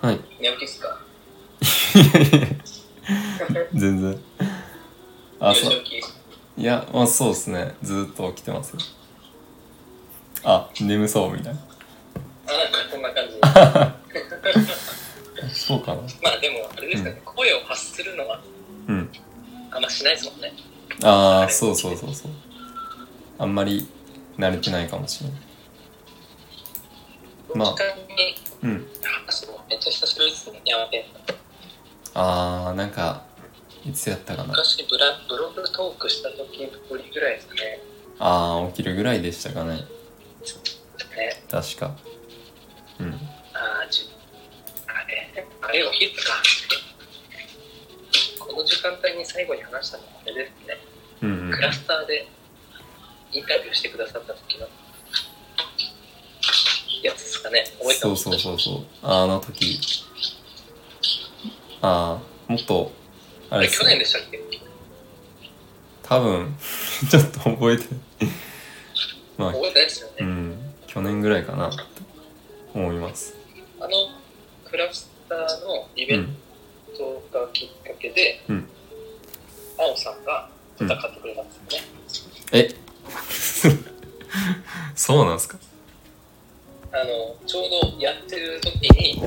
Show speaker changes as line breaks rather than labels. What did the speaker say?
はい。
寝起きっすか
全然。あ、
幼
そう
少。期
いや、まあそうですね。ずーっと起きてますよ。あ、眠そうみたいな。
あなんかこんな感じま
そうかな。
あでもあれですかね、声を発するのは
うん。
あんましないですもんね
ああ、そうそうそうそう。あんまり慣れてないかもしれない。まあ
時間に
うん。
話すのめっちゃ久しぶりですねやべ
ああ、なんか、いつやったかな。
昔ブラブログトークした時ぶりぐらいですかね
ああ、起きるぐらいでしたかね。
ね
確か。うん。
あーじあれあれお昼かこの時間帯に最後に話したのはあれですね
うんうん
クラスターでインタビューしてくださった時のやつですかね覚えて
そ
ま
う
す
そうそうそうあの時ああもっとあ
あ
れ
れ
っす
去年で
ね
したっけ
多分ちょっと覚えてないまあ
覚えてないですよね、
うん去年ぐらいかなと思います
あのクラスターのイ
う
ベン
ん
トがきっかけで、
うん
青さんが戦ってくれたんですよね、
え そうなんすか
あのちょうどやってる時に